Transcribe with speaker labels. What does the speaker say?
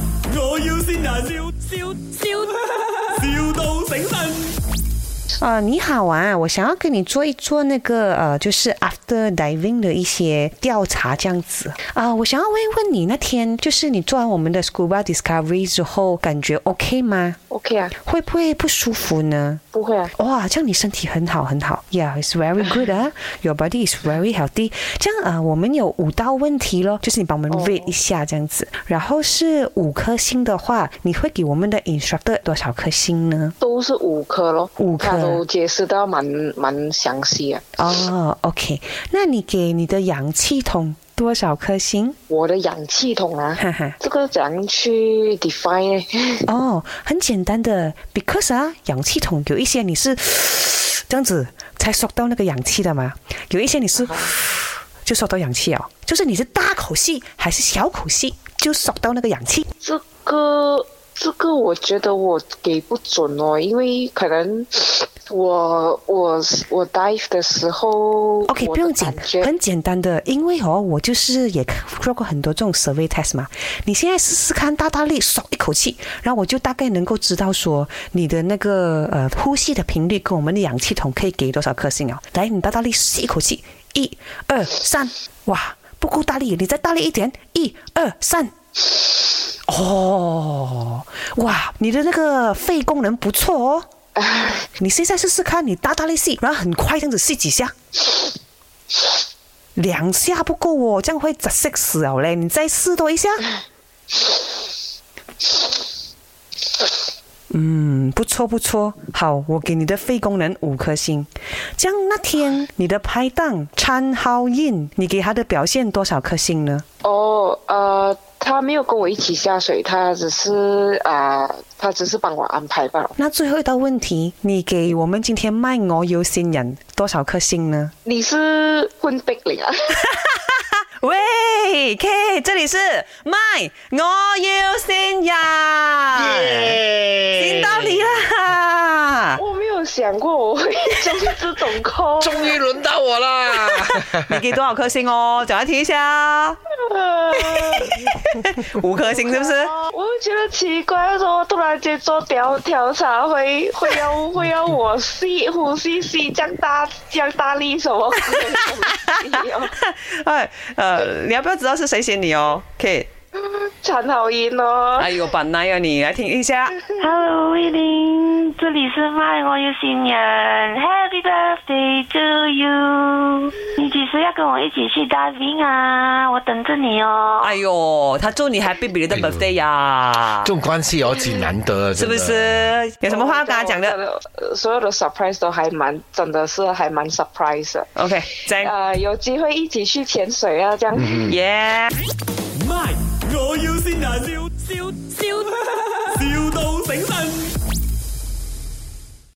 Speaker 1: 要先人，笑笑笑，,笑到醒神。
Speaker 2: 呃，你好啊，我想要跟你做一做那个呃，就是 after diving 的一些调查这样子啊、我想要问一问你，那天就是你做完我们的 scuba discovery 之后，感觉 OK 吗？
Speaker 3: OK 啊，
Speaker 2: 会不会不舒服呢？
Speaker 3: 不会啊，
Speaker 2: 哇，这样你身体很好很好，Yeah, it's very good 啊，Your body is very healthy。这样啊、呃我们有五道问题咯，就是你帮我们
Speaker 3: 哦
Speaker 2: rate 一下这样子。然后是五颗星的话，你会给我们的 instructor 多少颗星呢？
Speaker 3: 都是五颗咯，
Speaker 2: 五颗
Speaker 3: 他都解释到蛮蛮详细啊。
Speaker 2: 哦，OK，那你给你的氧气筒多少颗星？
Speaker 3: 我的氧气筒啊，
Speaker 2: 哈哈，
Speaker 3: 这个怎样去 define 呢？
Speaker 2: 哦，很简单的，because 啊，氧气筒有一些你是 这样子才收到那个氧气的嘛，有一些你是 就收到氧气哦，就是你是大口吸还是小口吸就收到那个氧气。
Speaker 3: 这个这个，我觉得我给不准哦，因为可能我我我 dive 的时候
Speaker 2: OK，
Speaker 3: 我
Speaker 2: 不用
Speaker 3: 的
Speaker 2: 紧
Speaker 3: 感，觉
Speaker 2: 很简单的，因为哦，我就是也做过很多这种 survey test 嘛。你现在试试看，大大力爽一口气，然后我就大概能够知道说你的那个呃呼吸的频率跟我们的氧气筒可以给多少颗星啊。来，你大大力吸一口气，一、二、三，哇，不够大力，你再大力一点，一、二、三。哦，哇，你的那个肺功能不错哦。你现在试试看，你大大力吸，然后很快这样子吸几下，两下不够哦，这样会窒息死了嘞。你再试多一下。嗯，不错不错，好，我给你的肺功能五颗星。这样那天你的拍档찬하인，你给他的表现多少颗星呢？
Speaker 3: 哦，呃，他没有跟我一起下水，他只是啊、他只是帮我安排罢了。
Speaker 2: 那最后一道问题，你给我们今天卖我有心人多少颗星呢？
Speaker 3: 你是混壁里啊？
Speaker 2: 喂，K，这里是麦，我要新人，听到你啦！
Speaker 3: 我没有想过我会讲这种空，
Speaker 4: 终于轮到我啦！
Speaker 2: 你给多少颗星哦？讲来听一下，
Speaker 3: 呃
Speaker 2: 五颗星是不是？
Speaker 3: 我就觉得奇怪，为什么突然间做调调查会会要会要我吸呼吸吸这样大这样大力什么之类的东西哦？
Speaker 2: 哎，呃，你要不要知道是谁写你哦？K，
Speaker 3: 陈好音哦，
Speaker 2: 哎呦，本来啊你，来听一下。
Speaker 5: Hello，威林，这里是麦，我有新人，Happy birthday to you！你几时要跟我一起去 diving 啊？我等着你哦。
Speaker 2: 哎呦，他祝你 Happy belated birthday 呀、
Speaker 4: 这种关系有几难得，
Speaker 2: 啊
Speaker 4: 啊
Speaker 2: 是
Speaker 4: 真
Speaker 2: 不
Speaker 4: 的？
Speaker 2: 是？有什么话要跟他讲的
Speaker 3: 呃？所有的 surprise 都还蛮，真的是还蛮 surprise 的。
Speaker 2: ？OK，再见
Speaker 3: 呃，有机会一起去潜水啊，这样。
Speaker 2: 耶。
Speaker 1: My，我要先人，笑笑笑，,笑到醒神。